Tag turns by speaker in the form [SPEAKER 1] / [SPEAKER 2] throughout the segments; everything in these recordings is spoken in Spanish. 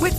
[SPEAKER 1] With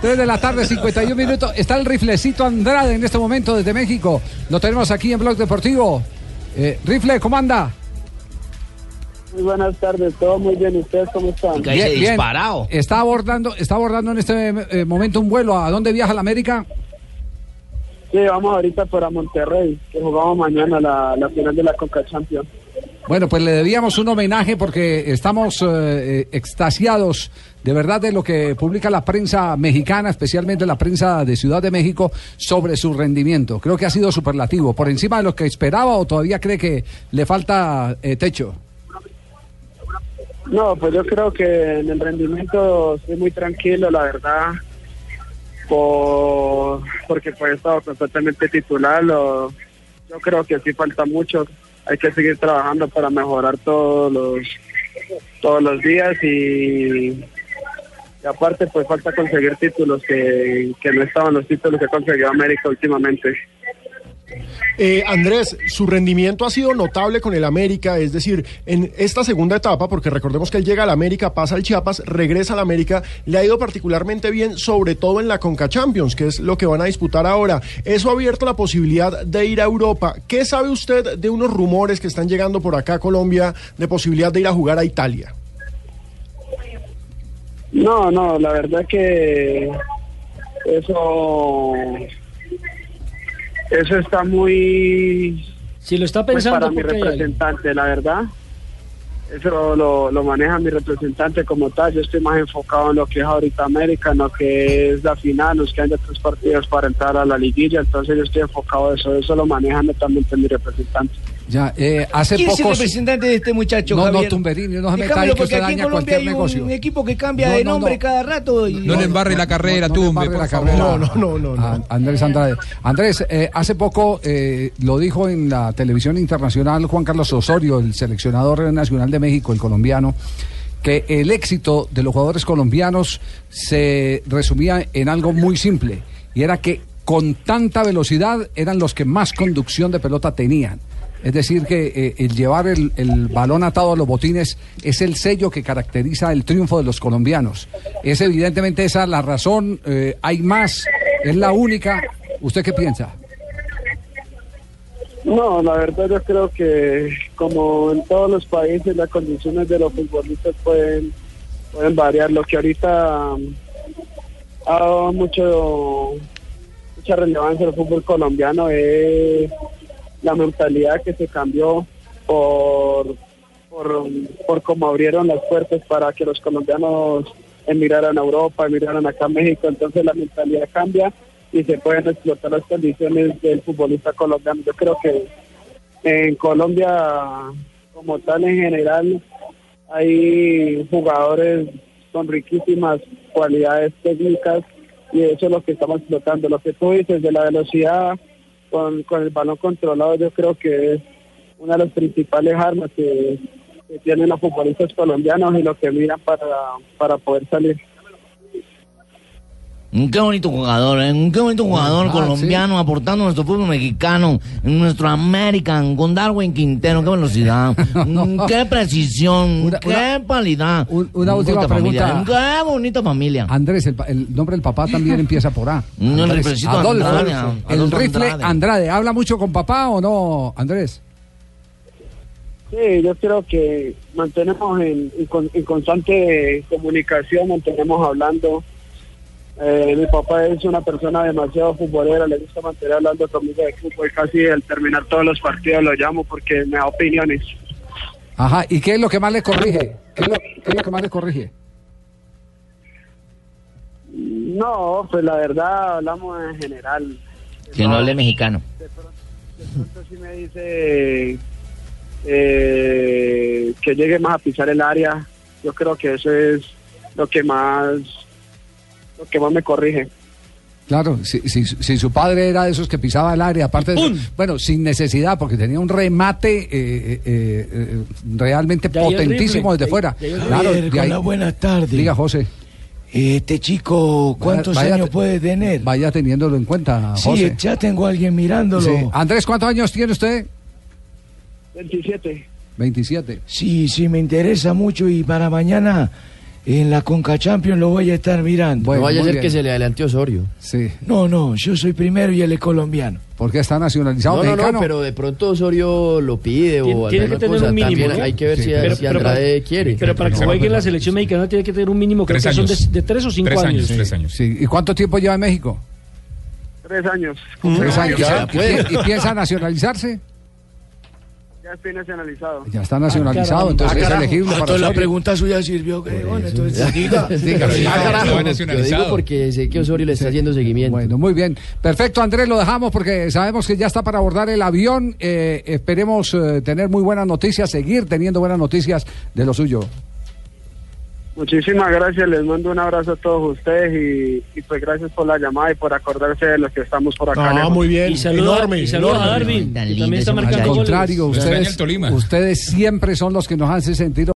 [SPEAKER 2] 3 de la tarde, 51 minutos. Está el riflecito Andrade en este momento desde México. Lo tenemos aquí en Blog Deportivo. Eh, rifle, ¿cómo anda?
[SPEAKER 3] Muy buenas tardes, todo muy bien. ¿Ustedes cómo están?
[SPEAKER 4] Ahí se disparado.
[SPEAKER 2] Está abordando, está abordando en este eh, momento un vuelo. ¿A dónde viaja la América?
[SPEAKER 3] Sí, vamos ahorita para Monterrey, que jugamos mañana la, la final de la Coca Champions.
[SPEAKER 2] Bueno, pues le debíamos un homenaje porque estamos eh, eh, extasiados de verdad de lo que publica la prensa mexicana, especialmente la prensa de Ciudad de México, sobre su rendimiento. Creo que ha sido superlativo, por encima de lo que esperaba o todavía cree que le falta eh, techo.
[SPEAKER 3] No, pues yo creo que en el rendimiento estoy muy tranquilo, la verdad, por, porque pues he estado constantemente titular. o- yo creo que sí falta mucho. Hay que seguir trabajando para mejorar todos los todos los días y, y aparte pues falta conseguir títulos que, que no estaban los títulos que consiguió América últimamente.
[SPEAKER 5] Eh, Andrés, su rendimiento ha sido notable con el América, es decir, en esta segunda etapa, porque recordemos que él llega al América, pasa al Chiapas, regresa al América, le ha ido particularmente bien, sobre todo en la Conca Champions, que es lo que van a disputar ahora. Eso ha abierto la posibilidad de ir a Europa. ¿Qué sabe usted de unos rumores que están llegando por acá a Colombia de posibilidad de ir a jugar a Italia?
[SPEAKER 3] No, no, la verdad que eso eso está muy
[SPEAKER 6] Si lo está
[SPEAKER 3] pues,
[SPEAKER 6] pensando,
[SPEAKER 3] para mi
[SPEAKER 6] ¿por qué hay algo?
[SPEAKER 3] representante, la verdad. Eso lo, lo maneja mi representante como tal. Yo estoy más enfocado en lo que es ahorita América, en lo que es la final, los que hay de tres partidos para entrar a la liguilla. Entonces yo estoy enfocado en eso. Eso lo maneja netamente mi representante.
[SPEAKER 2] Ya, eh, hace
[SPEAKER 4] ¿Quién es el
[SPEAKER 2] pocos.
[SPEAKER 4] representante de este muchacho,
[SPEAKER 2] No, no,
[SPEAKER 4] Javier?
[SPEAKER 2] Tumberini, no se meta
[SPEAKER 4] Déjamelo,
[SPEAKER 2] ahí, que
[SPEAKER 4] porque
[SPEAKER 2] usted
[SPEAKER 4] aquí en
[SPEAKER 2] daña
[SPEAKER 4] Colombia hay
[SPEAKER 2] cualquier
[SPEAKER 4] un
[SPEAKER 2] negocio.
[SPEAKER 4] equipo que cambia
[SPEAKER 2] No,
[SPEAKER 4] de
[SPEAKER 2] no,
[SPEAKER 4] nombre
[SPEAKER 2] no.
[SPEAKER 4] cada rato. Y...
[SPEAKER 2] No le embarre la carrera, tumbe.
[SPEAKER 5] por favor.
[SPEAKER 2] Ah.
[SPEAKER 5] No, no, no, no.
[SPEAKER 2] Andrés Andrade. Andrés, eh, hace poco eh, lo dijo en la televisión internacional Juan Carlos Osorio, el seleccionador nacional de México, el colombiano, que el éxito de los jugadores colombianos se resumía en algo muy simple, y era que con tanta velocidad eran los que más conducción de pelota tenían. Es decir, que eh, el llevar el, el balón atado a los botines es el sello que caracteriza el triunfo de los colombianos. Es evidentemente esa la razón, eh, hay más, es la única. ¿Usted qué piensa?
[SPEAKER 3] No, la verdad yo creo que como en todos los países las condiciones de los futbolistas pueden, pueden variar. Lo que ahorita mm, ha dado mucho, mucha relevancia al fútbol colombiano es la mentalidad que se cambió por, por, por cómo abrieron las puertas para que los colombianos emigraran a Europa, emigraran acá a México. Entonces la mentalidad cambia y se pueden explotar las condiciones del futbolista colombiano. Yo creo que en Colombia, como tal en general, hay jugadores con riquísimas cualidades técnicas y eso es lo que estamos explotando. Lo que tú dices de la velocidad con, con el balón controlado, yo creo que es una de las principales armas que, que tienen los futbolistas colombianos y lo que miran para, para poder salir.
[SPEAKER 4] Mm, Qué bonito jugador, ¿eh? qué bonito jugador
[SPEAKER 2] Ah,
[SPEAKER 4] colombiano aportando a nuestro fútbol mexicano, en nuestro American, con Darwin Quintero, qué velocidad, Mm, qué precisión,
[SPEAKER 2] Una-
[SPEAKER 4] qué
[SPEAKER 2] una-
[SPEAKER 4] calidad.
[SPEAKER 2] un- una
[SPEAKER 4] Mm,
[SPEAKER 2] última
[SPEAKER 4] bonita familia,
[SPEAKER 2] pregunta. Ah,
[SPEAKER 4] mm, Qué bonita familia.
[SPEAKER 2] Andrés, el, pa- el nombre del papá también empieza por A.
[SPEAKER 4] No, el
[SPEAKER 2] Andrés,
[SPEAKER 4] represito Andrade,
[SPEAKER 2] el
[SPEAKER 4] Adolfo
[SPEAKER 2] rifle
[SPEAKER 4] Andrade.
[SPEAKER 2] Andrade. ¿Habla mucho con papá o no, Andrés?
[SPEAKER 3] Sí, yo creo que mantenemos en, en con- en constante comunicación, mantenemos hablando. Eh, mi papá es una persona demasiado futbolera, le gusta mantener hablando conmigo de fútbol. Casi al terminar todos los partidos lo llamo porque me da opiniones.
[SPEAKER 2] Ajá, ¿y qué es lo que más le corrige? ¿Qué es lo, qué es lo que más le corrige?
[SPEAKER 3] No, pues la verdad hablamos en general.
[SPEAKER 4] Que no hable mexicano.
[SPEAKER 3] Pronto sí me dice eh, que llegue más a pisar el área. Yo creo que eso es lo que más lo que más me corrige.
[SPEAKER 2] Claro, si, si- si su padre era de esos que pisaba el área, aparte de, bueno, sin necesidad, porque tenía un remate eh, eh, eh, eh, realmente
[SPEAKER 7] De ahí el
[SPEAKER 2] potentísimo
[SPEAKER 7] rifle,
[SPEAKER 2] desde
[SPEAKER 7] de-
[SPEAKER 2] fuera.
[SPEAKER 7] de ahí el
[SPEAKER 2] Claro,
[SPEAKER 4] Javier,
[SPEAKER 2] de ahí-
[SPEAKER 4] hola, buenas tardes.
[SPEAKER 2] Diga José.
[SPEAKER 4] Este chico, ¿cuántos
[SPEAKER 2] Vaya-
[SPEAKER 4] años puede tener?
[SPEAKER 2] Vaya teniéndolo en cuenta,
[SPEAKER 4] sí,
[SPEAKER 2] José.
[SPEAKER 4] ya tengo a alguien mirándolo.
[SPEAKER 2] Sí.
[SPEAKER 4] Sí.
[SPEAKER 2] Andrés, ¿cuántos años tiene usted?
[SPEAKER 3] 27.
[SPEAKER 2] 27.
[SPEAKER 4] sí, me interesa mucho y para mañana en la Conca Champions lo voy a estar mirando.
[SPEAKER 2] Bueno,
[SPEAKER 7] no vaya a
[SPEAKER 2] muy
[SPEAKER 7] ser
[SPEAKER 2] bien.
[SPEAKER 7] que se le adelante Osorio.
[SPEAKER 2] Sí,
[SPEAKER 4] No, no, yo soy primero y él es colombiano.
[SPEAKER 2] porque está nacionalizado
[SPEAKER 7] No, no,
[SPEAKER 2] mexicano.
[SPEAKER 7] no, pero de pronto Osorio lo pide
[SPEAKER 5] Tien-
[SPEAKER 7] o
[SPEAKER 5] tiene
[SPEAKER 7] alguna
[SPEAKER 5] que tener
[SPEAKER 7] cosa.
[SPEAKER 5] un mínimo,
[SPEAKER 7] También
[SPEAKER 5] ¿no?
[SPEAKER 7] hay que ver
[SPEAKER 2] Sí,
[SPEAKER 7] si,
[SPEAKER 2] pero-
[SPEAKER 7] si
[SPEAKER 5] pero para-
[SPEAKER 7] Andrade quiere.
[SPEAKER 5] Pero para que
[SPEAKER 7] No,
[SPEAKER 5] juegue en
[SPEAKER 7] pero-
[SPEAKER 5] la selección mexicana tiene que tener un mínimo, creo
[SPEAKER 8] Tres
[SPEAKER 5] que son de,
[SPEAKER 8] años.
[SPEAKER 5] de tres o cinco
[SPEAKER 8] Tres
[SPEAKER 5] años.
[SPEAKER 8] años, tres años.
[SPEAKER 2] Sí, ¿Y cuánto tiempo lleva en México?
[SPEAKER 3] Tres años.
[SPEAKER 2] Tres años.
[SPEAKER 7] ya pues. puede.
[SPEAKER 2] ¿Y piensa nacionalizarse?
[SPEAKER 3] Ya estoy nacionalizado.
[SPEAKER 2] Ya
[SPEAKER 7] Ah,
[SPEAKER 2] está nacionalizado,
[SPEAKER 5] caramba.
[SPEAKER 2] entonces
[SPEAKER 4] Ah,
[SPEAKER 2] es
[SPEAKER 4] carajo.
[SPEAKER 2] elegible
[SPEAKER 4] Ah,
[SPEAKER 2] para
[SPEAKER 4] entonces la
[SPEAKER 2] Osorio.
[SPEAKER 4] pregunta suya sirvió. que bueno, entonces, diga.
[SPEAKER 2] Diga,
[SPEAKER 7] Sí,
[SPEAKER 2] ah,
[SPEAKER 7] no,
[SPEAKER 2] carajo.
[SPEAKER 7] yo
[SPEAKER 8] nacionalizado.
[SPEAKER 7] digo porque sé que Osorio le está haciendo seguimiento.
[SPEAKER 2] Bueno, muy bien. Perfecto, Andrés, lo dejamos porque sabemos que ya está para abordar el avión. Eh, esperemos eh, tener muy buenas noticias, seguir teniendo buenas noticias de lo suyo.
[SPEAKER 3] Muchísimas gracias, les mando un abrazo a todos ustedes y, y pues gracias por la llamada y por acordarse de los que estamos por acá.
[SPEAKER 9] Ah,
[SPEAKER 3] lejos.
[SPEAKER 9] muy bien.
[SPEAKER 5] Y saluda,
[SPEAKER 9] enorme,
[SPEAKER 5] y saluda
[SPEAKER 9] enorme.
[SPEAKER 5] a Darwin,
[SPEAKER 10] Tan
[SPEAKER 5] que
[SPEAKER 10] lindo
[SPEAKER 5] también está
[SPEAKER 10] ese
[SPEAKER 2] Al
[SPEAKER 5] marcando goles.
[SPEAKER 2] contrario,
[SPEAKER 8] Lo extraña el
[SPEAKER 2] ustedes,
[SPEAKER 8] Tolima.
[SPEAKER 2] ustedes siempre son los que nos hacen sentir